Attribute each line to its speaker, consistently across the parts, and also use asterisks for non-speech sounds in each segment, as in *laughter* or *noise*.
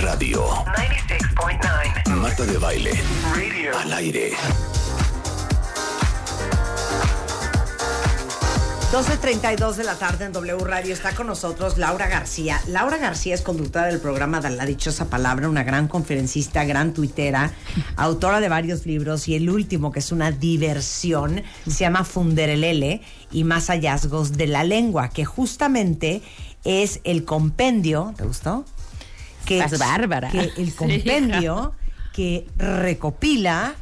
Speaker 1: radio.
Speaker 2: 96.9
Speaker 1: Marta de baile.
Speaker 2: Radio.
Speaker 1: Al aire.
Speaker 3: 12.32 de la tarde en W Radio está con nosotros Laura García. Laura García es conductora del programa de La Dichosa Palabra, una gran conferencista, gran tuitera, autora de varios libros y el último, que es una diversión, se llama Funderelele y más hallazgos de la lengua, que justamente es el compendio, ¿te gustó? Que,
Speaker 4: Estás bárbara.
Speaker 3: que
Speaker 4: *laughs*
Speaker 3: el compendio que recopila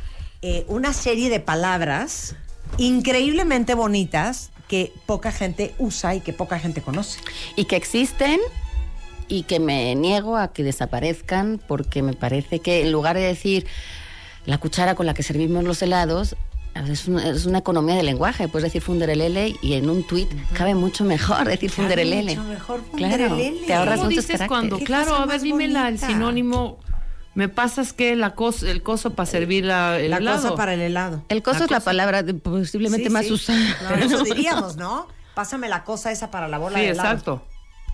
Speaker 3: eh, una serie de palabras increíblemente bonitas que poca gente usa y que poca gente conoce.
Speaker 4: y que existen y que me niego a que desaparezcan porque me parece que en lugar de decir la cuchara con la que servimos los helados a ver, es una, es una economía de lenguaje, puedes decir funderelele y en un tuit cabe mucho mejor *laughs* decir funderelele.
Speaker 3: mucho mejor
Speaker 4: Claro,
Speaker 3: funderelele.
Speaker 4: te ahorras
Speaker 5: ¿Cómo
Speaker 4: muchos
Speaker 5: dices cuando?
Speaker 4: caracteres.
Speaker 3: Qué
Speaker 5: Claro,
Speaker 3: cosa
Speaker 5: a ver,
Speaker 3: más
Speaker 5: dímela el
Speaker 3: bonita.
Speaker 5: sinónimo. ¿Me pasas que la cos- el coso para servir la, el
Speaker 3: la
Speaker 5: helado?
Speaker 3: cosa para el helado.
Speaker 4: El coso
Speaker 5: La
Speaker 4: es la
Speaker 5: cosa-
Speaker 4: palabra de- posiblemente
Speaker 3: Sí,
Speaker 4: más
Speaker 3: sí.
Speaker 4: usada.
Speaker 3: Claro,
Speaker 4: *laughs*
Speaker 3: eso diríamos, ¿no? Pásame la cosa esa para la bola
Speaker 5: Sí,
Speaker 3: de helado.
Speaker 5: exacto.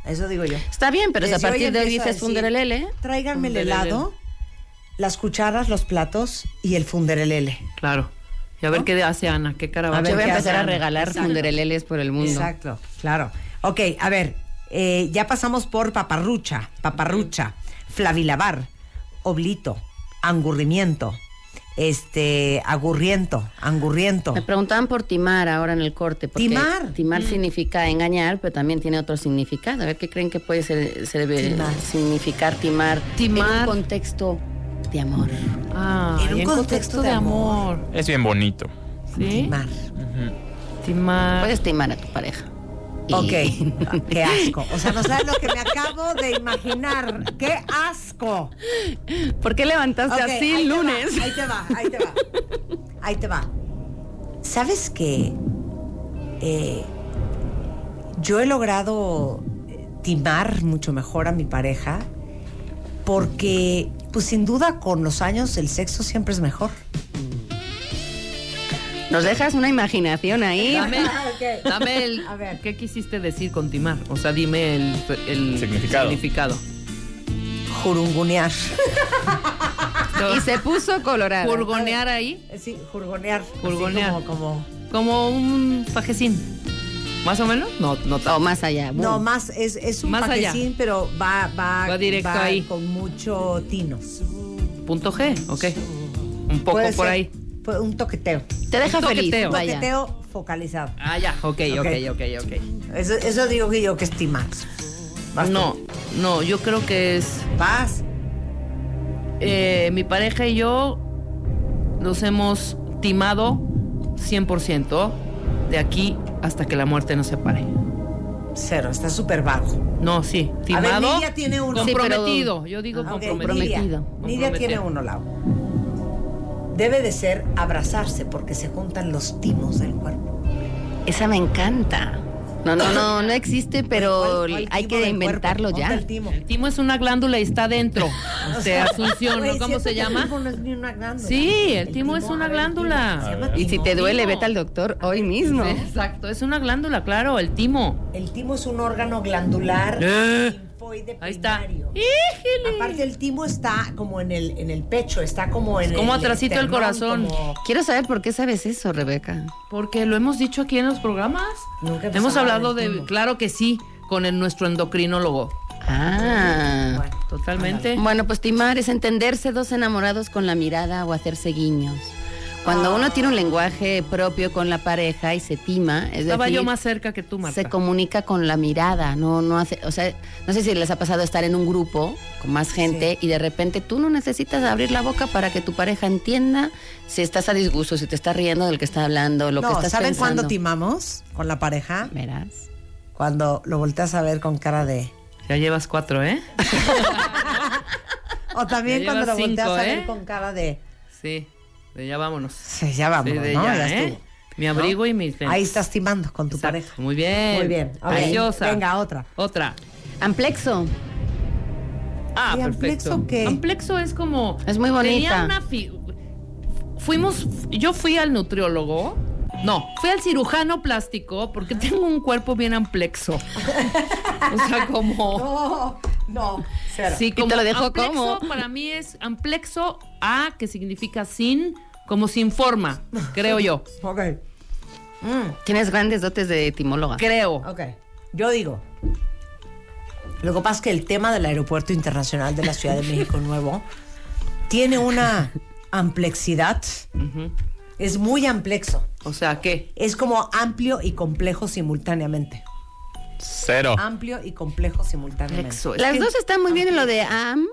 Speaker 3: Eso digo yo.
Speaker 4: Está bien, pero si a
Speaker 3: Desde
Speaker 4: partir de hoy
Speaker 3: empiezo a
Speaker 4: dices
Speaker 3: decir,
Speaker 4: funderelele,
Speaker 3: Tráiganme el
Speaker 5: Funderelele.
Speaker 3: helado, las cucharas, los platos y el funderelele.
Speaker 5: Claro. Y a ver qué hace Ana, qué cara va
Speaker 3: A
Speaker 4: yo
Speaker 3: ver,
Speaker 4: voy a
Speaker 3: ¿qué
Speaker 4: empezar a
Speaker 3: hacen?
Speaker 4: regalar
Speaker 3: Exacto.
Speaker 4: fundereleles por el mundo.
Speaker 3: Exacto, claro. Ok, a ver, eh, ya pasamos por paparrucha, paparrucha, flavilabar, oblito, angurrimiento, este, agurriento, angurriento.
Speaker 4: Me preguntaban por timar ahora en el corte. Porque
Speaker 3: Oh. Timar. Mm.
Speaker 4: Timar significa engañar, pero también tiene otro significado. A ver qué creen que puede ser, ser- eh,
Speaker 3: Timar.
Speaker 4: significar timar, en un
Speaker 5: Timar.
Speaker 4: contexto de amor.
Speaker 5: Ah,
Speaker 3: En un
Speaker 5: y
Speaker 3: contexto de amor.
Speaker 6: Es bien bonito.
Speaker 5: Sí.
Speaker 3: Timar.
Speaker 5: Timar.
Speaker 4: Puedes timar a tu pareja. Y-
Speaker 3: Ah. Ok,
Speaker 4: *laughs*
Speaker 3: qué asco. O sea, no sabes lo que me acabo de imaginar. ¡Qué asco!
Speaker 4: ¿Por qué levantaste
Speaker 3: Ok,
Speaker 4: así
Speaker 3: ahí te
Speaker 4: el
Speaker 3: va,
Speaker 4: lunes?
Speaker 3: ahí te va, ahí te va. Ahí te va. ¿Sabes qué? Eh, yo he logrado eh, timar mucho mejor a mi pareja porque, pues sin duda, con los años el sexo siempre es mejor.
Speaker 4: Nos dejas una imaginación ahí.
Speaker 5: Dame, *laughs* dame el.
Speaker 3: A ver.
Speaker 5: ¿Qué quisiste decir con timar? O sea, dime el, el
Speaker 6: Significado.
Speaker 5: significado.
Speaker 3: Jurungunear.
Speaker 4: Y se puso colorada.
Speaker 5: Furgonear ahí,
Speaker 3: Eh, Sí, jurgonear. así
Speaker 5: Jurgonear.
Speaker 3: como- como,
Speaker 5: como un fajecín. ¿Más o menos? No, no
Speaker 4: O
Speaker 5: tanto.
Speaker 4: más allá. boom.
Speaker 3: No, más, es, es un
Speaker 5: Más allá.
Speaker 3: paquecín, pero va, va,
Speaker 5: Va directo ahí.
Speaker 3: con mucho tino.
Speaker 5: Punto G, ok. Un poco
Speaker 3: Puede
Speaker 5: por
Speaker 3: ser,
Speaker 5: ahí.
Speaker 3: pu- Un toqueteo.
Speaker 4: Te deja
Speaker 5: un
Speaker 4: feliz.
Speaker 5: toqueteo.
Speaker 4: Vaya.
Speaker 3: Toqueteo focalizado.
Speaker 5: Ah, ya, ok, ok, ok, ok.
Speaker 3: Eso, eso digo que yo que estima. Vas tú.
Speaker 5: No, no, yo creo que es.
Speaker 3: Vas.
Speaker 5: eh, mi pareja y yo nos hemos timado 100% de aquí hasta que la muerte nos separe.
Speaker 3: Cero, está súper bajo.
Speaker 5: No, sí, timado.
Speaker 3: Nidia tiene uno. Sí,
Speaker 4: pero-
Speaker 5: Comprometido, yo digo
Speaker 3: Ah, ok,
Speaker 5: comprometido.
Speaker 3: Nidia. Nidia
Speaker 5: Comprometido.
Speaker 3: tiene uno, Lau. Debe de ser abrazarse porque se juntan los timos del cuerpo.
Speaker 4: Esa me encanta. No, no, no, no existe, pero
Speaker 3: ¿Cuál- cuál
Speaker 4: hay
Speaker 3: timo
Speaker 4: que
Speaker 3: del cuerpo?
Speaker 4: inventarlo
Speaker 3: Ponte
Speaker 4: ya.
Speaker 3: el timo.
Speaker 5: El timo es una glándula y
Speaker 3: *laughs*
Speaker 5: está dentro. O sea, Asunción, ¿no?
Speaker 3: Güey,
Speaker 5: ¿cómo
Speaker 3: siento
Speaker 5: se
Speaker 3: que el
Speaker 5: llama?
Speaker 3: timo no es ni una glándula.
Speaker 5: Sí, el timo es una
Speaker 3: a ver, el timo,
Speaker 5: glándula.
Speaker 3: se llama
Speaker 4: Y si
Speaker 3: timo.
Speaker 4: te duele,
Speaker 5: Timo.
Speaker 4: vete al doctor hoy mismo.
Speaker 5: Exacto, es una glándula, claro, el timo.
Speaker 3: El timo es un órgano glandular
Speaker 5: Eh.
Speaker 3: linfoide
Speaker 5: Ahí está.
Speaker 3: primario.
Speaker 5: ¡Híjole!
Speaker 3: Aparte el timo está como en el en el pecho, está como en
Speaker 5: Como
Speaker 3: el
Speaker 5: atrasito del
Speaker 3: esternón,
Speaker 5: corazón.
Speaker 3: como-
Speaker 4: Quiero saber por qué sabes eso, Rebeca.
Speaker 5: Porque lo hemos dicho aquí en los programas.
Speaker 3: Nunca hemos
Speaker 5: hemos
Speaker 3: hablado
Speaker 5: hablado de,
Speaker 3: del timo.
Speaker 5: claro que sí, con el- nuestro endocrinólogo.
Speaker 4: Ah.
Speaker 3: Bueno,
Speaker 5: Totalmente.
Speaker 4: Bueno, pues timar es entenderse dos enamorados con la mirada o hacerse guiños. Cuando uno tiene un lenguaje propio con la pareja y se tima, es
Speaker 5: Estaba
Speaker 4: decir,
Speaker 5: yo más cerca que tú, Marta.
Speaker 4: se comunica con la mirada, no, no hace, o sea, no sé si les ha pasado estar en un grupo con más gente y de repente tú no necesitas abrir la boca para que tu pareja entienda si estás a disgusto, si te estás riendo del que está hablando, lo
Speaker 3: no,
Speaker 4: que estás
Speaker 3: ¿saben
Speaker 4: pensando.
Speaker 3: cuándo timamos con la pareja?
Speaker 4: Verás.
Speaker 3: Cuando lo volteas a ver con cara de...
Speaker 5: Ya llevas cuatro, ¿eh?
Speaker 3: O también
Speaker 5: Ya
Speaker 3: cuando lo
Speaker 5: llevas
Speaker 3: volteas
Speaker 5: cinco,
Speaker 3: a ver
Speaker 5: ¿eh?
Speaker 3: con cara de...
Speaker 5: Sí, de ya vámonos.
Speaker 3: "Sí, ya vamos,
Speaker 5: Sí, de
Speaker 3: ¿no?
Speaker 5: ya,
Speaker 3: Ya
Speaker 5: ¿eh?
Speaker 3: estuvo".
Speaker 5: Mi abrigo y mis lentes.
Speaker 3: Ahí estás timando con tu
Speaker 5: Exacto,
Speaker 3: pareja.
Speaker 5: Muy bien.
Speaker 3: Muy bien. A ver,
Speaker 5: Preciosa.
Speaker 3: venga, otra.
Speaker 5: Otra.
Speaker 4: Amplexo.
Speaker 5: Ah,
Speaker 3: ¿Y
Speaker 5: perfecto.
Speaker 3: Amplexo qué?
Speaker 5: Amplexo es como.
Speaker 4: Es muy bonita.
Speaker 5: Tenía una fi- Fuimos. Yo fui al nutriólogo. No, fui al cirujano
Speaker 3: *laughs*
Speaker 5: plástico porque tengo un cuerpo bien amplexo. o sea, como.
Speaker 3: No, No, cero.
Speaker 5: Sí,
Speaker 4: te
Speaker 5: como
Speaker 4: lo dejo
Speaker 5: amplexo
Speaker 4: como.
Speaker 5: para mí es amplexo A, que significa sin, como sin forma, creo yo.
Speaker 3: Ok. Mm,
Speaker 4: Tienes grandes dotes de etimóloga.
Speaker 5: Creo.
Speaker 3: ok. Yo digo. Lo que pasa es que el tema del Aeropuerto Internacional de la Ciudad de
Speaker 4: *laughs*
Speaker 3: México Nuevo tiene una amplexidad. Es muy amplexo.
Speaker 5: O sea, ¿qué?
Speaker 3: Es como amplio y complejo simultáneamente.
Speaker 1: Cero.
Speaker 3: Amplio y complejo simultáneamente.
Speaker 5: Amplexo. Es
Speaker 4: Las
Speaker 5: que-
Speaker 4: dos están muy bien en lo de am.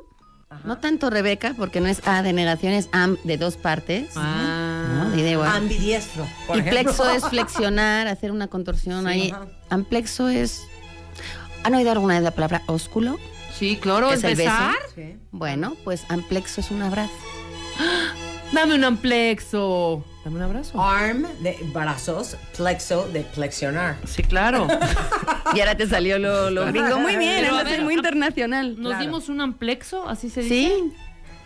Speaker 4: No tanto Rebeca, porque no es A de negación, es am de dos partes.
Speaker 5: Ah.
Speaker 4: ¿no? De ida y vuelta.
Speaker 3: Ambidiestro. por
Speaker 4: Y
Speaker 3: ejemplo.
Speaker 4: plexo *laughs* es flexionar, hacer una contorsión
Speaker 3: Sí,
Speaker 4: ahí.
Speaker 3: ajá.
Speaker 4: Amplexo es. ¿Han oído alguna vez la palabra ósculo?
Speaker 5: Sí, claro,
Speaker 4: ¿Es el beso?
Speaker 5: empezar.
Speaker 3: *laughs* Sí.
Speaker 4: Bueno, pues amplexo es un abrazo.
Speaker 5: Dame un amplexo. Dame un abrazo.
Speaker 3: Arm de brazos, plexo de flexionar.
Speaker 5: Sí, *laughs* claro.
Speaker 4: Y ahora te salió lo, lo gringo. *laughs* Muy bien,
Speaker 5: Pero a
Speaker 4: andas
Speaker 5: ver,
Speaker 4: muy
Speaker 5: am-
Speaker 4: internacional.
Speaker 5: ¿Nos dimos un amplexo? ¿Así se dice?
Speaker 4: Sí,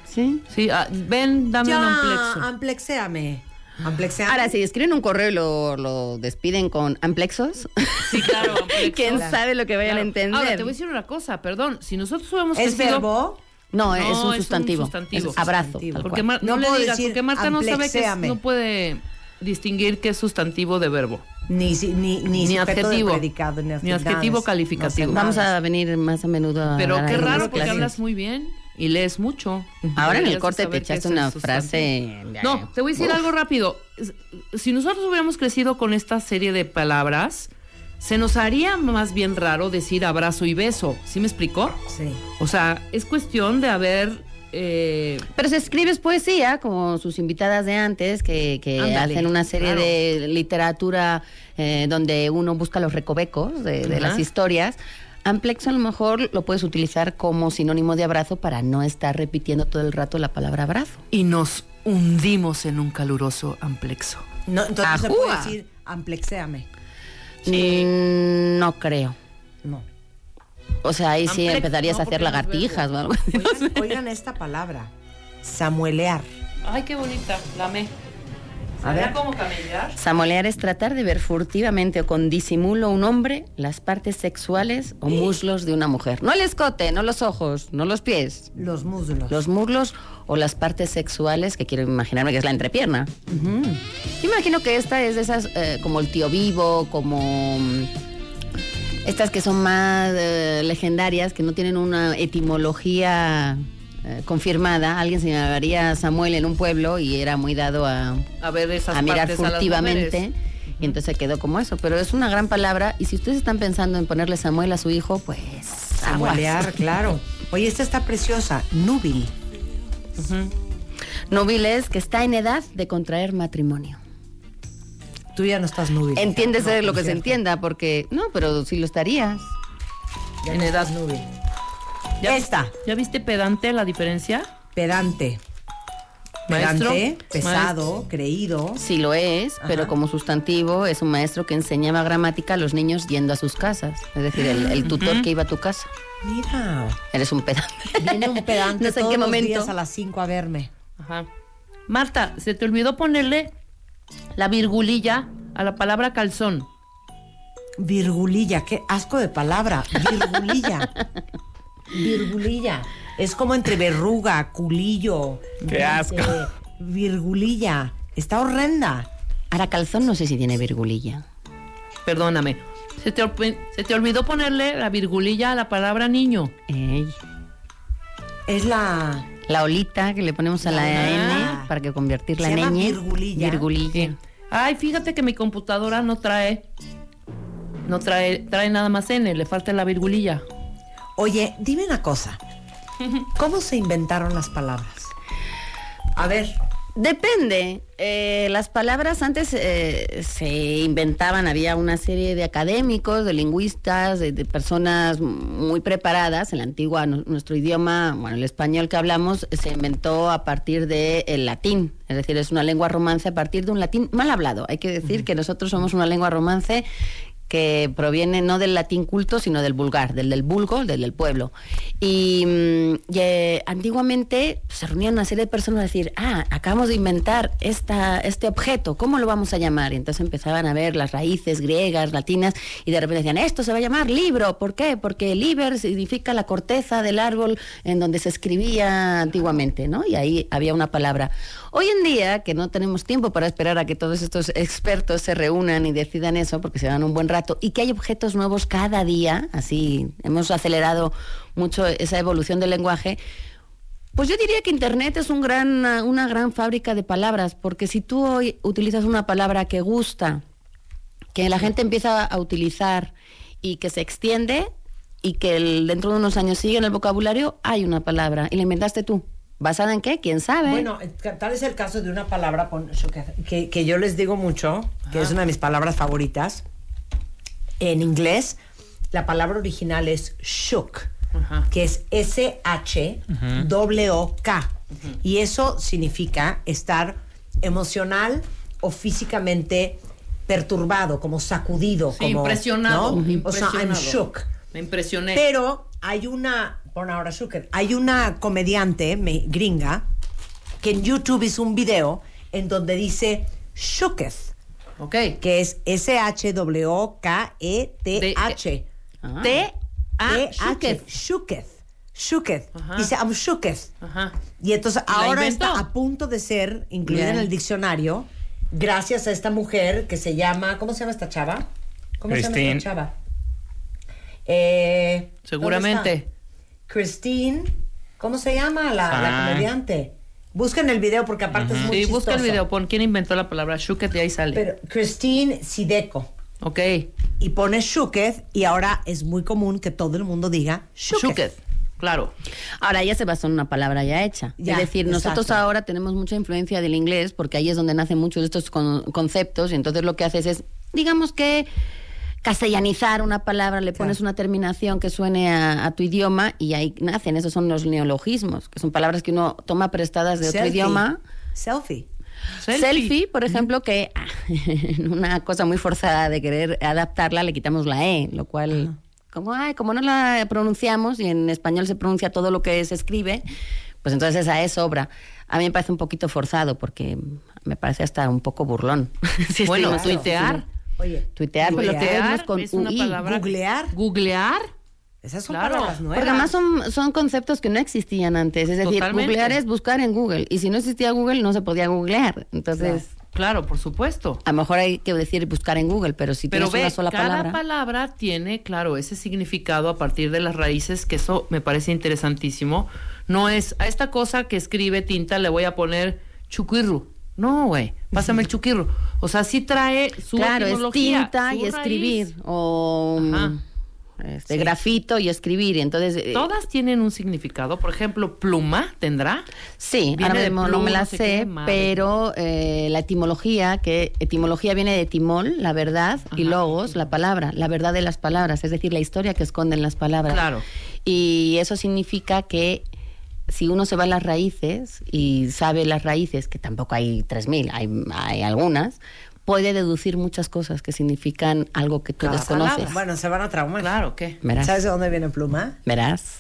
Speaker 4: sí.
Speaker 5: Sí, ah, ven, dame un amplexo.
Speaker 3: amplexéame. Amplexéame.
Speaker 4: Ahora, si escriben un correo y lo, lo despiden con amplexos,
Speaker 5: Sí, *laughs* claro, amplexo.
Speaker 4: quién
Speaker 5: Claro.
Speaker 4: sabe lo que vayan a entender.
Speaker 5: Ahora, te voy a decir una cosa, perdón. Si nosotros hubiéramos
Speaker 3: ¿Es
Speaker 5: crecido-
Speaker 3: verbo?
Speaker 4: No,
Speaker 5: No,
Speaker 4: es un sustantivo.
Speaker 5: sustantivo.
Speaker 4: Es abrazo.
Speaker 3: Sustantivo.
Speaker 4: tal
Speaker 5: Porque
Speaker 4: cual.
Speaker 5: Mar- no,
Speaker 3: No
Speaker 5: le
Speaker 3: puedo
Speaker 5: digas,
Speaker 3: decir
Speaker 5: porque Marta no sabe que es-
Speaker 3: amplexéame.
Speaker 5: no puede distinguir qué es sustantivo de verbo.
Speaker 3: Ni, si- ni, ni,
Speaker 5: Ni
Speaker 3: sujeto de
Speaker 5: adjetivo.
Speaker 3: predicado, ni,
Speaker 5: Ni adjetivo calificativo.
Speaker 3: nada.
Speaker 4: Vamos a venir más a menudo a
Speaker 5: Pero
Speaker 4: dar
Speaker 5: qué
Speaker 4: algunas
Speaker 5: raro porque
Speaker 4: clases.
Speaker 5: hablas muy bien y lees mucho.
Speaker 4: Ahora en
Speaker 5: Deberías
Speaker 4: el
Speaker 5: de
Speaker 4: corte te
Speaker 5: saber qué
Speaker 4: echaste
Speaker 5: es el
Speaker 4: una
Speaker 5: sustantivo.
Speaker 4: frase.
Speaker 5: No, te voy a decir
Speaker 4: Uf.
Speaker 5: algo rápido. Es- Si nosotros hubiéramos crecido con esta serie de palabras, se nos haría más bien raro decir abrazo y beso. ¿Sí me explicó?
Speaker 3: Sí.
Speaker 5: O sea, es cuestión de haber... eh,
Speaker 4: Pero si escribes poesía, como sus invitadas de antes, que, que
Speaker 5: Ándale,
Speaker 4: hacen una serie
Speaker 5: claro.
Speaker 4: de literatura eh, donde uno busca los recovecos de, de
Speaker 5: Ajá.
Speaker 4: las historias. Amplexo a lo mejor lo puedes utilizar como sinónimo de abrazo para no estar repitiendo todo el rato la palabra abrazo.
Speaker 5: y nos hundimos en un caluroso amplexo.
Speaker 3: No, entonces no se puede
Speaker 4: Ajúa.
Speaker 3: decir amplexéame.
Speaker 4: Mm, No creo. *laughs*
Speaker 3: No.
Speaker 4: O sea, ahí sí
Speaker 5: Amplexo,
Speaker 4: empezarías
Speaker 5: no,
Speaker 4: a hacer
Speaker 5: porque no es
Speaker 4: lagartijas
Speaker 5: verbo.
Speaker 4: o algo así.
Speaker 3: Oigan, oigan esta palabra. Samuelear.
Speaker 5: Ay, qué bonita, la amé.
Speaker 3: A ver.
Speaker 5: ¿Será como camellar?
Speaker 4: *laughs* Samolear es tratar de ver furtivamente o con disimulo a un hombre las partes sexuales o muslos de una mujer. No el escote, no los ojos, no los pies.
Speaker 3: Los muslos.
Speaker 4: Los muslos o las partes sexuales, que quiero imaginarme que es la entrepierna.
Speaker 3: Ujú.
Speaker 4: Yo imagino que esta es de esas, eh, como el tío vivo, como mm, estas que son más eh, legendarias, que no tienen una etimología eh, confirmada. Alguien se llamaría Samuel en un pueblo y era muy dado a
Speaker 5: A ver esas
Speaker 4: a mirar
Speaker 5: partes a las
Speaker 4: furtivamente.
Speaker 5: mujeres.
Speaker 4: y entonces quedó como eso, pero es una gran palabra y si ustedes están pensando en ponerle Samuel a su hijo, pues aguas.
Speaker 3: Samuelear, claro. Oye, esta está preciosa. Núbil.
Speaker 4: Noviles que está en edad de contraer matrimonio.
Speaker 3: Tú ya no estás núbil.
Speaker 4: Entiéndese
Speaker 3: No,
Speaker 4: lo que
Speaker 3: es
Speaker 4: se
Speaker 3: cierto.
Speaker 4: entienda, porque no, pero si lo estarías.
Speaker 3: Ya no estás núbil. Esta.
Speaker 5: ¿Ya viste pedante la diferencia?
Speaker 3: Pedante.
Speaker 5: Maestro.
Speaker 3: Pedante, pesado, creído.
Speaker 4: Si lo es, pero
Speaker 3: Ajá.
Speaker 4: como sustantivo es un maestro que enseñaba gramática a los niños yendo a sus casas. Es decir, el, el tutor que iba a tu casa.
Speaker 3: Mira.
Speaker 4: Eres un pedante.
Speaker 3: Viene un pedante
Speaker 4: *laughs* no sé en
Speaker 3: todos
Speaker 4: qué
Speaker 3: los
Speaker 4: momento.
Speaker 3: días a las 5 a verme.
Speaker 5: Ajá. Marta, se te olvidó ponerle la virgulilla a la palabra calzón.
Speaker 3: Virgulilla, qué asco de palabra. Virgulilla. Virgulilla. Es como entre verruga, culillo.
Speaker 1: Qué
Speaker 3: este,
Speaker 1: asco.
Speaker 3: Virgulilla. Está horrenda.
Speaker 4: Ahora, calzón no sé si tiene virgulilla.
Speaker 5: Perdóname. Se te, olvi- se te olvidó ponerle la virgulilla a la palabra niño.
Speaker 4: Ey.
Speaker 3: Es la.
Speaker 4: La olita que le ponemos a la
Speaker 5: Ah.
Speaker 4: N para que convertirla
Speaker 3: Se
Speaker 4: en
Speaker 3: llama
Speaker 4: ñ.
Speaker 3: virgulilla.
Speaker 4: Virgulilla.
Speaker 5: Ay, fíjate que mi computadora no trae. No trae, trae nada más N, le falta la virgulilla.
Speaker 3: Oye, dime una cosa. ¿Cómo se inventaron las palabras? A ver.
Speaker 4: Depende. eh, las palabras antes eh, se inventaban, había una serie de académicos, de lingüistas, de, de personas muy preparadas. En la antigua, nu- nuestro idioma, bueno, el español que hablamos, se inventó a partir del latín. Es decir, es una lengua romance a partir de un latín mal hablado. Hay que decir que nosotros somos una lengua romance que proviene no del latín culto, sino del vulgar, del del vulgo, del del pueblo. Y, mm, y, eh, antiguamente pues, se reunían una serie de personas a decir, ah, acabamos de inventar esta, este objeto, ¿cómo lo vamos a llamar? Y entonces empezaban a ver las raíces griegas, latinas, y de repente decían, esto se va a llamar libro, ¿por qué? Porque liber significa la corteza del árbol en donde se escribía antiguamente, ¿no? Y ahí había una palabra. Hoy en día, que no tenemos tiempo para esperar a que todos estos expertos se reúnan y decidan eso, porque se dan un buen rato, y que hay objetos nuevos cada día, así hemos acelerado mucho esa evolución del lenguaje, pues yo diría que Internet es un gran, ah, una gran fábrica de palabras, porque si tú hoy utilizas una palabra que gusta, que la gente empieza a utilizar y que se extiende y que el- dentro de unos años sigue en el vocabulario, hay una palabra y la inventaste tú. ¿Basada en qué? ¿Quién sabe?
Speaker 3: Bueno, eh, tal es el caso de una palabra pon- yo que- que, que yo les digo mucho, que es una de mis palabras favoritas. En inglés, la palabra original es shook,
Speaker 5: Ajá.
Speaker 3: que es S-H-W-K. Y eso significa estar emocional o físicamente perturbado, como sacudido.
Speaker 5: Sí,
Speaker 3: como,
Speaker 5: impresionado,
Speaker 3: ¿no? O sea,
Speaker 5: impresionado.
Speaker 3: I'm shook.
Speaker 5: Me impresioné.
Speaker 3: Pero hay una, pon ahora Zucker, hay una comediante me- gringa que en YouTube hizo un video en donde dice Shooketh,
Speaker 5: ok.
Speaker 3: que es E S-H-W-K-E-T-H.
Speaker 4: Ah.
Speaker 5: eh, T-A.
Speaker 3: T-H. Shooketh. Shooketh.
Speaker 5: ah, Ajá.
Speaker 3: Dice, I'm shooketh.
Speaker 5: Ajá.
Speaker 3: Y entonces
Speaker 5: ¿La
Speaker 3: ahora
Speaker 5: inventó?
Speaker 3: está a punto de ser incluida
Speaker 4: Bien.
Speaker 3: en el diccionario gracias a esta mujer que se llama, ¿cómo se llama esta chava? ¿Cómo se llama
Speaker 1: Christine.
Speaker 3: esta chava? Eh,
Speaker 5: Seguramente.
Speaker 3: ¿dónde está? Christine, ¿cómo se llama la, la
Speaker 1: Ah.
Speaker 3: comediante? Busquen el video porque aparte es muy
Speaker 5: Sí, busca el
Speaker 3: chistoso.
Speaker 5: video, pon quién inventó la palabra Shuket y ahí sale.
Speaker 3: Pero Christine Sideco.
Speaker 5: ok.
Speaker 3: Y pone Shuketh y ahora es muy común que todo el mundo diga Shuketh.
Speaker 5: Shuket. Claro.
Speaker 4: Ahora ya se basó en una palabra ya hecha.
Speaker 3: Ya,
Speaker 4: es decir, nosotros
Speaker 3: exacto.
Speaker 4: ahora tenemos mucha influencia del inglés porque ahí es donde nacen muchos de estos con- conceptos y entonces lo que haces es, digamos que castellanizar una palabra, le pones una terminación que suene a, a tu idioma y ahí nacen, esos son los neologismos, que son palabras que uno toma prestadas de otro idioma.
Speaker 3: Selfie.
Speaker 5: Selfie.
Speaker 4: Selfie. por ejemplo, que ah, *laughs* en una cosa muy forzada de querer adaptarla le quitamos la E, lo cual, como, ay, como no la pronunciamos y en español se pronuncia todo lo que se escribe, pues entonces esa E sobra. A mí me parece un poquito forzado porque me parece hasta un poco burlón. *laughs* Si
Speaker 5: Bueno,
Speaker 4: estoy-
Speaker 5: tuitear.
Speaker 3: Oye,
Speaker 4: Tuitear, pero lo que
Speaker 5: Googlear
Speaker 4: es con
Speaker 5: es una
Speaker 4: UI.
Speaker 5: palabra.
Speaker 3: Googlear.
Speaker 5: Googlear.
Speaker 3: esas son
Speaker 5: Claro.
Speaker 3: palabras nuevas.
Speaker 4: Porque además son, son conceptos que no existían antes. Es decir,
Speaker 5: Totalmente.
Speaker 4: googlear es buscar en Google. Y si no existía Google, no se podía googlear. Entonces,
Speaker 5: Claro, por supuesto.
Speaker 4: A lo mejor hay que decir buscar en Google, pero si
Speaker 5: Pero
Speaker 4: tienes una
Speaker 5: ve,
Speaker 4: sola
Speaker 5: cada palabra.
Speaker 4: palabra.
Speaker 5: tiene, claro, ese significado a partir de las raíces, que eso me parece interesantísimo. No es a esta cosa que escribe tinta le voy a poner chuquirru. No, güey, pásame el chuquirru. O sea, sí trae su
Speaker 4: claro, es
Speaker 5: etimología,
Speaker 4: tinta
Speaker 5: su
Speaker 4: y
Speaker 5: raíz.
Speaker 4: escribir. O mm,
Speaker 5: Ajá.
Speaker 4: este, grafito y escribir. y Entonces, eh,
Speaker 5: Todas tienen un significado. Por ejemplo, pluma tendrá.
Speaker 4: sí,
Speaker 5: Viene
Speaker 4: ahora
Speaker 5: de
Speaker 4: mismo no
Speaker 5: pluma,
Speaker 4: me la
Speaker 5: no sé qué,
Speaker 4: sé,
Speaker 5: madre.
Speaker 4: pero eh, la etimología, que etimología viene de timol, la verdad, y
Speaker 5: Ajá.
Speaker 4: logos, la palabra, la verdad de las palabras, es decir, la historia que esconden las palabras.
Speaker 5: Claro.
Speaker 4: Y eso significa que si uno se va a las raíces y sabe las raíces, que tampoco hay 3.000, hay, hay algunas, puede deducir muchas cosas que significan algo que tú
Speaker 3: Cada
Speaker 4: desconoces.
Speaker 3: palabra. Bueno, se van a traumar.
Speaker 5: Claro, ¿qué?
Speaker 4: Verás.
Speaker 3: ¿Sabes de dónde viene pluma?
Speaker 4: Verás.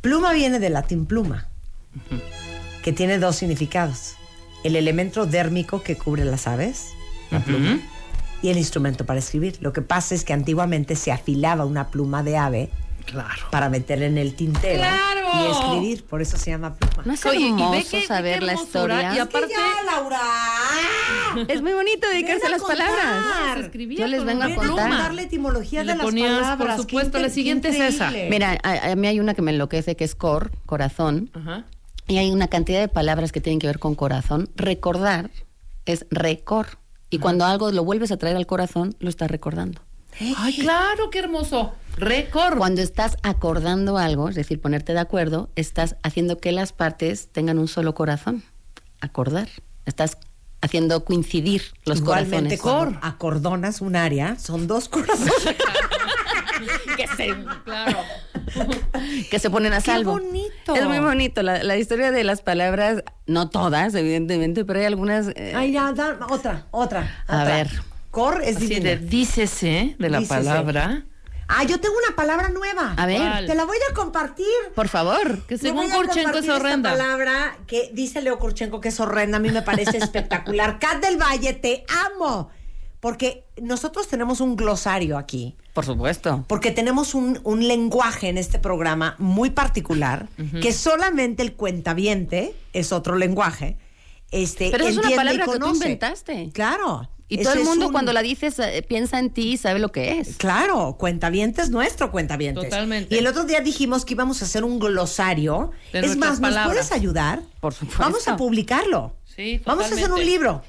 Speaker 3: Pluma viene del latín pluma, que tiene dos significados. El elemento dérmico que cubre las aves
Speaker 5: Ujú.
Speaker 3: y el instrumento para escribir. Lo que pasa es que antiguamente se afilaba una pluma de ave
Speaker 5: Claro.
Speaker 3: para meterla en el tintero
Speaker 5: ¡Claro!
Speaker 3: y escribir. Por eso se llama pluma.
Speaker 4: No es
Speaker 5: Oye, y ve
Speaker 4: hermoso
Speaker 5: qué- ve qué
Speaker 4: saber la
Speaker 5: hermosura,
Speaker 4: historia.
Speaker 5: y aparte-
Speaker 3: Laura!
Speaker 4: Es muy bonito dedicarse a las
Speaker 3: contar.
Speaker 4: palabras.
Speaker 5: Se escribía
Speaker 4: Yo les
Speaker 5: con
Speaker 4: vengo a
Speaker 5: una
Speaker 3: Ven a
Speaker 4: contar.
Speaker 3: contar la etimología
Speaker 5: Y
Speaker 3: de
Speaker 5: le
Speaker 3: las
Speaker 5: ponías, por
Speaker 3: palabras. Qué
Speaker 5: supuesto,
Speaker 3: inter-
Speaker 5: la
Speaker 3: qué
Speaker 5: siguiente es esa.
Speaker 3: increíble.
Speaker 4: Mira, a, a mí hay una que me enloquece que es cor, corazón,
Speaker 5: Ajá.
Speaker 4: y hay una cantidad de palabras que tienen que ver con corazón. Recordar es recor. Y cuando algo lo vuelves a traer al corazón, lo estás recordando.
Speaker 5: Ay, claro, qué hermoso. Récord.
Speaker 4: Cuando estás acordando algo, es decir, ponerte de acuerdo, estás haciendo que las partes tengan un solo corazón. Acordar. Estás haciendo coincidir los
Speaker 3: Igualmente,
Speaker 4: corazones.
Speaker 3: cuando acordonas un área, son dos *laughs* corazones.
Speaker 4: Que se,
Speaker 5: Claro.
Speaker 4: que se ponen a salvo.
Speaker 3: bonito!
Speaker 4: Es muy bonito. La, la historia de las palabras, no todas, evidentemente, pero hay algunas. eh,
Speaker 3: Ay, ya, da- otra, otra.
Speaker 4: a
Speaker 3: otra.
Speaker 4: ver.
Speaker 3: Cor es
Speaker 5: Así
Speaker 3: divina.
Speaker 5: de dícese ¿eh? de la
Speaker 3: Dícese.
Speaker 5: palabra.
Speaker 3: Ah, yo tengo una palabra nueva.
Speaker 4: A ver.
Speaker 5: ¿Cuál?
Speaker 3: Te la voy a compartir.
Speaker 4: Por favor.
Speaker 5: Que
Speaker 3: Le
Speaker 5: según
Speaker 3: voy a
Speaker 5: Kurchenko
Speaker 3: compartir
Speaker 5: es
Speaker 3: esta
Speaker 5: horrenda.
Speaker 3: palabra que dice Leo Kurchenko que es horrenda, a mí me parece
Speaker 4: *laughs*
Speaker 3: espectacular. Cat del Valle, te amo. Porque nosotros tenemos un glosario aquí.
Speaker 4: Por supuesto.
Speaker 3: Porque tenemos un, un lenguaje en este programa muy particular, que solamente el cuentaviente es otro lenguaje. Este,
Speaker 4: Pero es una
Speaker 3: entiende y
Speaker 4: palabra que tú
Speaker 3: conoce.
Speaker 4: inventaste.
Speaker 3: Claro.
Speaker 4: Y
Speaker 3: Ese
Speaker 4: todo el
Speaker 3: es
Speaker 4: mundo
Speaker 3: un-
Speaker 4: cuando la dices eh, piensa en ti y sabe lo que es.
Speaker 3: Claro, cuentavientes nuestro cuentavientes.
Speaker 5: Totalmente.
Speaker 3: Y el otro día dijimos que íbamos a hacer un glosario.
Speaker 5: De
Speaker 3: es
Speaker 5: nuestras
Speaker 3: más, ¿nos
Speaker 5: palabras.
Speaker 3: puedes ayudar?
Speaker 4: Por supuesto.
Speaker 3: Vamos a publicarlo.
Speaker 5: Sí,
Speaker 3: Vamos a hacer un
Speaker 5: totalmente.
Speaker 3: libro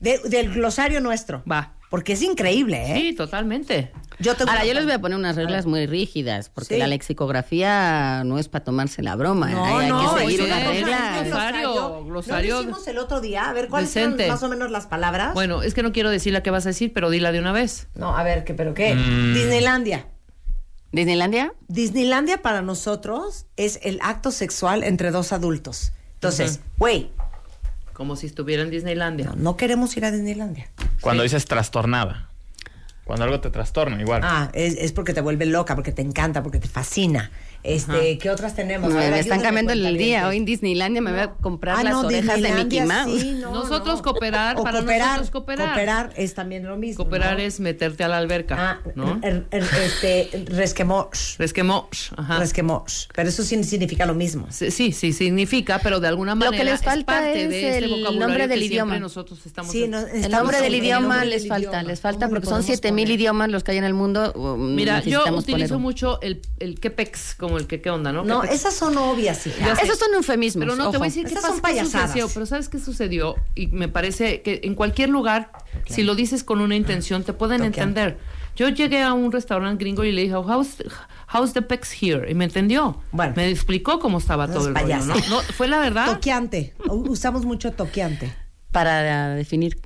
Speaker 3: de- del glosario nuestro.
Speaker 5: Va.
Speaker 3: Porque es increíble, ¿eh?
Speaker 5: Sí, totalmente.
Speaker 3: Yo tengo
Speaker 4: Ahora,
Speaker 3: una-
Speaker 4: yo les voy a poner unas reglas muy rígidas, porque
Speaker 3: Sí.
Speaker 4: la lexicografía no es para tomarse la broma.
Speaker 3: No,
Speaker 4: hay, hay
Speaker 3: no,
Speaker 4: que seguir
Speaker 5: es
Speaker 4: unas
Speaker 5: una cosa
Speaker 4: reglas.
Speaker 5: muy
Speaker 3: Glosario,
Speaker 5: Glosario, glosario
Speaker 3: ¿No lo hicimos el otro día? A ver, ¿cuáles
Speaker 5: decente.
Speaker 3: son más o menos las palabras?
Speaker 5: Bueno, es que no quiero decir la que vas a decir, pero dila de una vez.
Speaker 3: No, a ver, ¿qué, ¿pero qué? Disneylandia.
Speaker 4: ¿Disneylandia?
Speaker 3: Disneylandia para nosotros es el acto sexual entre dos adultos. Entonces, güey,
Speaker 5: Como si estuviera en Disneylandia.
Speaker 3: no, no queremos ir a Disneylandia.
Speaker 1: Cuando dices trastornada. Cuando algo te trastorna, igual.
Speaker 3: Ah, es, es porque te vuelve loca, porque te encanta, porque te fascina. Este, ¿qué otras tenemos?
Speaker 4: Me,
Speaker 3: A ver,
Speaker 4: me están
Speaker 3: ayúdenme,
Speaker 4: cambiando el día.
Speaker 3: cuentavientes.
Speaker 4: Hoy en Disneylandia me voy a comprar
Speaker 3: Ah,
Speaker 4: las
Speaker 3: no,
Speaker 4: orejas de Mickey
Speaker 3: Disneylandia,
Speaker 4: Mouse.
Speaker 3: sí, no,
Speaker 5: Nosotros
Speaker 3: no.
Speaker 5: cooperar,
Speaker 3: O
Speaker 5: para
Speaker 3: cooperar,
Speaker 5: nosotros cooperar.
Speaker 3: Cooperar es también lo mismo.
Speaker 5: Cooperar
Speaker 3: ¿no?
Speaker 5: es meterte a la alberca,
Speaker 3: Ah,
Speaker 5: ¿no?
Speaker 3: er- er- este, resquemor.
Speaker 5: Resquemó. Ajá.
Speaker 3: Resquemor. Pero eso sí significa lo mismo.
Speaker 5: Sí, sí, sí, significa, pero de alguna
Speaker 4: Lo
Speaker 5: manera
Speaker 4: que les falta
Speaker 5: es parte
Speaker 4: es
Speaker 5: de este
Speaker 4: el
Speaker 5: vocabulario
Speaker 4: nombre del
Speaker 5: que siempre
Speaker 4: idioma.
Speaker 5: nosotros estamos
Speaker 3: Sí,
Speaker 5: en-
Speaker 3: no,
Speaker 4: El
Speaker 3: Estamos
Speaker 4: nombre del
Speaker 3: sobre el
Speaker 4: idioma
Speaker 3: nombre
Speaker 4: les
Speaker 3: del
Speaker 4: falta,
Speaker 3: idioma.
Speaker 4: les
Speaker 3: ¿Cómo
Speaker 4: falta
Speaker 3: le
Speaker 4: porque son
Speaker 3: podemos
Speaker 4: 7000
Speaker 3: poner?
Speaker 4: idiomas los que hay en el mundo. um,
Speaker 5: Mira, yo
Speaker 4: necesitamos
Speaker 5: utilizo
Speaker 4: poner un-
Speaker 5: mucho el, el quepex, como el que qué onda, ¿no?
Speaker 3: No,
Speaker 5: Quepex.
Speaker 3: esas son obvias, hija.
Speaker 5: Ya sé.
Speaker 4: Esos son eufemismos.
Speaker 5: Pero no te voy a
Speaker 4: ojo.
Speaker 5: decir qué
Speaker 3: Esas
Speaker 5: pasó,
Speaker 3: son
Speaker 5: qué
Speaker 3: payasadas.
Speaker 5: sucedió, pero ¿sabes qué sucedió? Y me parece que en cualquier lugar, si lo dices con una intención, te pueden
Speaker 3: Ok.
Speaker 5: entender. Yo llegué a un restaurante gringo y le dije, "Oh, how's, how's the pecs here? Y me entendió.
Speaker 3: Bueno.
Speaker 5: me explicó cómo estaba
Speaker 3: No
Speaker 5: todo
Speaker 3: es
Speaker 5: el rollo, ¿no?
Speaker 3: payasa.
Speaker 5: No, Fue la verdad.
Speaker 3: Toqueante. U- Usamos mucho toqueante.
Speaker 4: Para definir.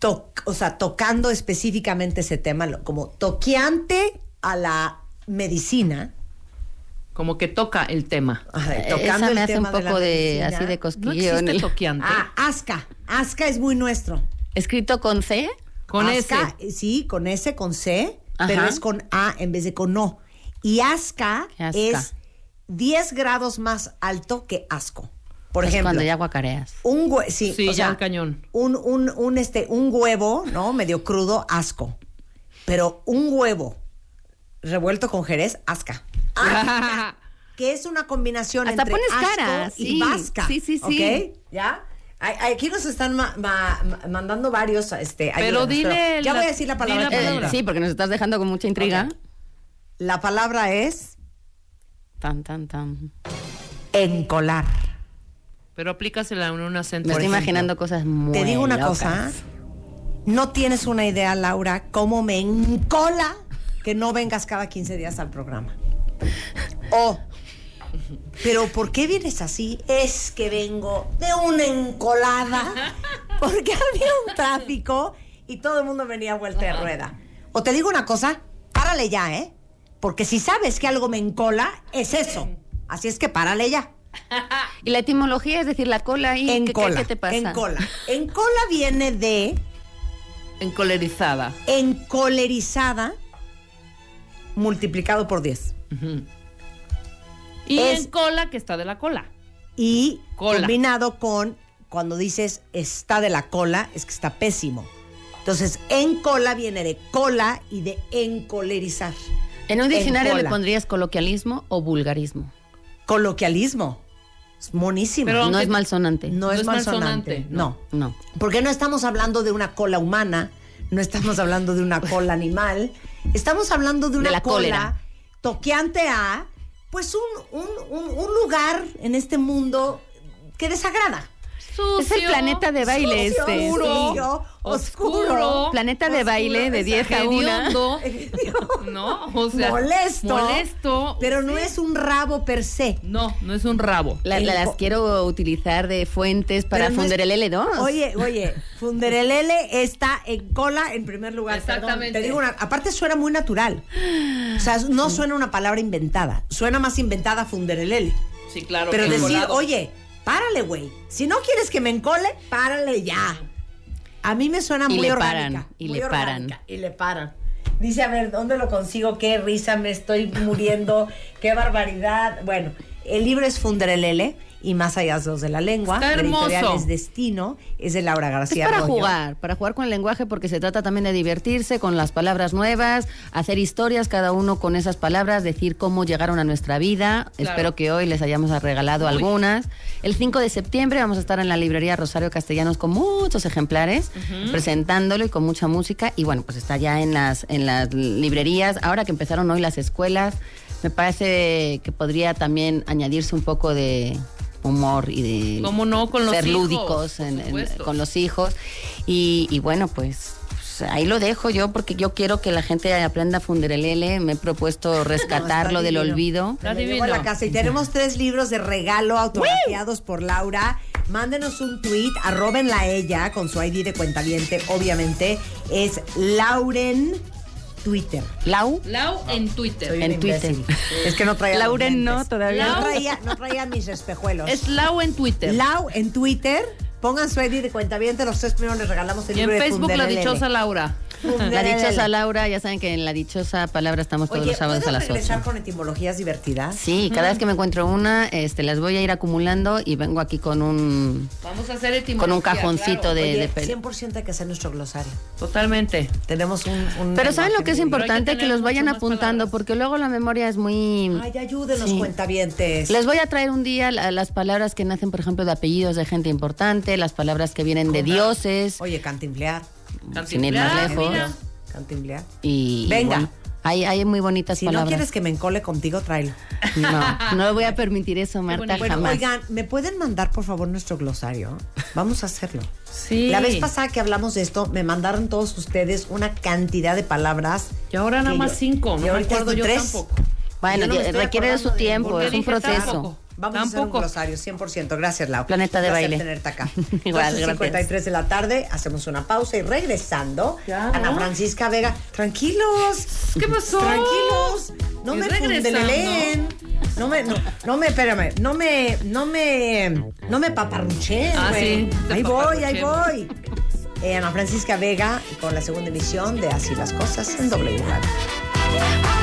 Speaker 3: Toc- o sea, tocando específicamente ese tema, lo- como toqueante a la medicina.
Speaker 5: Como que toca el tema.
Speaker 3: Ajá, tocando
Speaker 4: Esa
Speaker 3: el
Speaker 4: me hace un
Speaker 3: tema de la
Speaker 4: poco de,
Speaker 3: medicina.
Speaker 4: así de
Speaker 5: No
Speaker 4: cosquilleo. en
Speaker 5: existe
Speaker 4: el-
Speaker 5: toqueante.
Speaker 3: Ah, asca. Asca es muy nuestro.
Speaker 4: Escrito con C.
Speaker 5: con
Speaker 3: Asca, eh,
Speaker 5: ese.
Speaker 3: Sí, con S, con C,
Speaker 4: Ajá.
Speaker 3: pero es con A en vez de con O. Y asca,
Speaker 4: Qué asca.
Speaker 3: es 10 grados más alto que asco. Por
Speaker 4: es
Speaker 3: ejemplo,
Speaker 4: cuando ya guacareas.
Speaker 3: un huevo, sí,
Speaker 5: Sí,
Speaker 3: o
Speaker 5: ya
Speaker 3: sea,
Speaker 5: al cañón.
Speaker 3: Un, un, un, este, un huevo, ¿no? Medio crudo, asco. Pero un huevo revuelto con jerez, asca. Asca. que es una combinación
Speaker 4: Ah. Hasta
Speaker 3: entre
Speaker 4: pones
Speaker 3: asco
Speaker 4: cara,
Speaker 3: y
Speaker 4: sí.
Speaker 3: vasca.
Speaker 4: Sí, sí, sí.
Speaker 3: ¿Ok? ¿Ya? Ay, Aquí nos están ma- ma- ma- mandando varios, este,
Speaker 5: Pero
Speaker 3: ayúdanos,
Speaker 5: dile
Speaker 3: ya
Speaker 5: la-
Speaker 3: voy a decir la palabra.
Speaker 5: di la
Speaker 3: que
Speaker 4: Eh,
Speaker 5: palabra.
Speaker 3: tengo.
Speaker 4: sí, porque nos estás dejando con mucha intriga.
Speaker 3: La palabra es
Speaker 4: Tan, tan, tan.
Speaker 3: encolar.
Speaker 5: *laughs* Pero aplícasela en un acento.
Speaker 4: Me
Speaker 5: por
Speaker 4: estoy
Speaker 5: ejemplo.
Speaker 4: imaginando cosas muy.
Speaker 3: Te digo una
Speaker 4: locas.
Speaker 3: cosa. ¿eh? No tienes una idea, Laura, cómo me encola que no vengas cada 15 días al programa. O, pero ¿por qué vienes así? Es que vengo de una encolada, porque había un tráfico y todo el mundo venía a vuelta de rueda. O te digo una cosa, párale ya, ¿eh? Porque si sabes que algo me encola, es eso. Así es que párale ya.
Speaker 4: Y la etimología, es decir, la cola ahí.
Speaker 3: En
Speaker 4: ¿qué- qué-
Speaker 3: cola.
Speaker 4: ¿Qué te pasa?
Speaker 3: En cola. En cola viene de
Speaker 5: Encolerizada.
Speaker 3: encolerizada multiplicado por 10.
Speaker 5: Y
Speaker 3: Es-
Speaker 5: en cola, que está de la cola.
Speaker 3: Y
Speaker 5: Cola.
Speaker 3: combinado con, cuando dices está de la cola, es que está pésimo. Entonces, en cola viene de cola y de encolerizar.
Speaker 4: En un diccionario le
Speaker 3: cola.
Speaker 4: pondrías coloquialismo o vulgarismo.
Speaker 3: Coloquialismo. Es monísimo.
Speaker 5: Pero
Speaker 4: no
Speaker 5: aunque-
Speaker 4: es malsonante.
Speaker 3: no, es malsonante.
Speaker 5: malsonante,
Speaker 3: no.
Speaker 5: no.
Speaker 4: No.
Speaker 3: Porque no estamos hablando de una cola humana, no estamos hablando de una cola animal, estamos hablando de una
Speaker 4: la
Speaker 3: cola
Speaker 4: cólera.
Speaker 3: toqueante a, pues, un, un, un- un lugar en este mundo que desagrada.
Speaker 4: Es el planeta de baile
Speaker 3: Sucio,
Speaker 4: este.
Speaker 3: oscuro,
Speaker 4: sí.
Speaker 3: oscuro,
Speaker 5: oscuro,
Speaker 4: Planeta de baile de 10 a 1.
Speaker 3: *laughs*
Speaker 5: Hediondo.
Speaker 4: *laughs*
Speaker 5: No, o sea.
Speaker 3: molesto,
Speaker 5: Molesto.
Speaker 3: pero no
Speaker 5: sí.
Speaker 3: es un rabo per se.
Speaker 5: No, no es un rabo.
Speaker 4: La- la- las quiero utilizar de fuentes para
Speaker 3: Pero no es-
Speaker 4: fundar el L2.
Speaker 3: Oye, oye, Funderelele está en cola en primer lugar. perdón.
Speaker 5: Exactamente.
Speaker 3: te digo una, aparte suena muy natural. O sea, no suena una palabra inventada. Suena más inventada Funderelele.
Speaker 5: Sí, claro.
Speaker 3: Pero
Speaker 5: que
Speaker 3: decir,
Speaker 5: colado.
Speaker 3: oye, párale, güey. Si no quieres que me encole, párale ya. A mí me suena
Speaker 4: Y
Speaker 3: muy
Speaker 4: le
Speaker 3: orgánica.
Speaker 4: paran, y
Speaker 3: muy
Speaker 4: le paran.
Speaker 3: orgánica, Y le paran. Dice, a ver, ¿dónde lo consigo? Qué risa, me estoy muriendo. Qué barbaridad. Bueno, el libro es Funderelele y Más allá de los de la lengua.
Speaker 5: Está
Speaker 3: La editorial
Speaker 5: hermoso.
Speaker 3: es Destino, es de Laura
Speaker 4: Es
Speaker 3: García
Speaker 4: para
Speaker 3: Arroyo.
Speaker 4: jugar, para jugar con el lenguaje porque se trata también de divertirse con las palabras nuevas, hacer historias cada uno con esas palabras, decir cómo llegaron a nuestra vida.
Speaker 5: Claro.
Speaker 4: Espero que hoy les hayamos regalado
Speaker 5: Uy.
Speaker 4: algunas. El 5 de septiembre vamos a estar en la librería Rosario Castellanos con muchos ejemplares, presentándolo y con mucha música. Y bueno, pues está ya en las, en las librerías. Ahora que empezaron hoy las escuelas, me parece que podría también añadirse un poco de humor y de
Speaker 5: ¿Cómo no? Con los
Speaker 4: ser
Speaker 5: hijos,
Speaker 4: lúdicos
Speaker 5: por
Speaker 4: en- en-
Speaker 5: supuesto.
Speaker 4: con los hijos. Y, y bueno, pues, pues, ahí lo dejo yo porque yo quiero que la gente aprenda funderelele. Me he propuesto rescatarlo del
Speaker 3: divino.
Speaker 4: olvido.
Speaker 3: Me
Speaker 5: Está
Speaker 3: lo llevo a
Speaker 5: divino.
Speaker 3: la casa y tenemos tres libros de regalo autografiados por Laura. Mándenos un tweet, arrobenla a ella con su ID de cuentaviente, obviamente. Es Lauren Twitter.
Speaker 4: Lau,
Speaker 5: Lau en Twitter.
Speaker 3: Soy un
Speaker 4: En
Speaker 3: imbécil.
Speaker 4: Twitter.
Speaker 3: Es que no traía. los
Speaker 4: Lauren no,
Speaker 3: lentes.
Speaker 4: todavía.
Speaker 3: No
Speaker 5: Lau-
Speaker 3: traía, no traía mis espejuelos.
Speaker 5: Es Lau en Twitter.
Speaker 3: Lau en Twitter. Pongan su ID de cuentaviente. Los tres primeros les regalamos el
Speaker 5: y en
Speaker 3: libro de
Speaker 5: Facebook la
Speaker 3: Fundelele.
Speaker 5: dichosa Laura.
Speaker 4: la
Speaker 3: Fundelele.
Speaker 4: dichosa Laura, ya saben que en la dichosa palabra estamos todos
Speaker 3: Oye,
Speaker 4: los sábados a
Speaker 3: ¿puedo
Speaker 4: las
Speaker 3: regresar
Speaker 4: 8.
Speaker 3: con etimologías divertidas?
Speaker 4: Sí, cada vez que me encuentro una, este, las voy a ir acumulando y vengo aquí con un
Speaker 5: Vamos a hacer etimología.
Speaker 4: con un cajoncito
Speaker 5: claro.
Speaker 4: de,
Speaker 3: Oye,
Speaker 4: de pel-
Speaker 3: 100% hay que hacer nuestro glosario.
Speaker 5: Totalmente.
Speaker 3: Tenemos un. un
Speaker 4: Pero
Speaker 3: lenguaje
Speaker 4: ¿saben lo que es
Speaker 3: muy-
Speaker 5: hay que
Speaker 4: importante? Que
Speaker 5: tener
Speaker 4: los
Speaker 5: mucho
Speaker 4: vayan
Speaker 5: más
Speaker 4: apuntando
Speaker 5: palabras.
Speaker 4: porque luego la memoria es muy...
Speaker 3: Ay, ayúdenos,
Speaker 4: Sí.
Speaker 3: cuentavientes.
Speaker 4: Les voy a traer un día la- las palabras que nacen, por ejemplo, de apellidos de gente importante, las palabras que vienen de dioses,
Speaker 3: Oye, cantimplear.
Speaker 4: sin ir más
Speaker 5: Ah,
Speaker 4: lejos.
Speaker 5: mira.
Speaker 3: Cantimplear.
Speaker 4: Y, y
Speaker 3: Venga.
Speaker 4: bueno, hay, hay muy bonitas
Speaker 3: Si no
Speaker 4: palabras.
Speaker 3: quieres que me encole contigo, tráelo.
Speaker 4: *laughs* No, no voy a permitir eso, Marta,
Speaker 5: bonito.
Speaker 3: Bueno,
Speaker 4: jamás.
Speaker 3: oigan, ¿me pueden mandar, por favor, nuestro glosario? Vamos a hacerlo.
Speaker 5: Sí.
Speaker 3: La vez pasada que hablamos de esto, me mandaron todos ustedes una cantidad de palabras.
Speaker 5: Y ahora nada
Speaker 3: que
Speaker 5: más
Speaker 3: yo-
Speaker 5: cinco.
Speaker 3: y
Speaker 5: No me
Speaker 3: ahorita
Speaker 5: acuerdo
Speaker 3: estoy
Speaker 5: yo
Speaker 3: tres.
Speaker 5: tampoco.
Speaker 4: bueno,
Speaker 3: yo no me
Speaker 4: ye-
Speaker 3: estoy
Speaker 4: requiere de su
Speaker 3: acordando de
Speaker 4: tiempo,
Speaker 5: porque
Speaker 4: es un
Speaker 5: dije
Speaker 4: proceso.
Speaker 5: tampoco.
Speaker 3: Vamos
Speaker 5: Tampoco.
Speaker 3: a hacer un glosario, 100%. Gracias, Lau.
Speaker 4: Planeta de
Speaker 3: Un placer
Speaker 4: baile.
Speaker 3: tenerte acá.
Speaker 4: *laughs* Igual,
Speaker 3: Entonces,
Speaker 4: gracias.
Speaker 3: 53 de la tarde, hacemos una pausa y regresando,
Speaker 5: Ya,
Speaker 3: Ana
Speaker 5: ¿no?
Speaker 3: Francisca Vega. Tranquilos,
Speaker 5: ¿Qué pasó?
Speaker 3: tranquilos. No
Speaker 5: Y
Speaker 3: me
Speaker 5: regresando.
Speaker 3: fundeleen. No me, no, no me, espérame, no me, no me, no me paparruchen,
Speaker 5: Ah,
Speaker 3: güey.
Speaker 5: sí, te
Speaker 3: ahí voy, ahí voy.
Speaker 5: paparruchen.
Speaker 3: Eh, Ana Francisca Vega con la segunda emisión de Así las Cosas en W Radio.
Speaker 6: I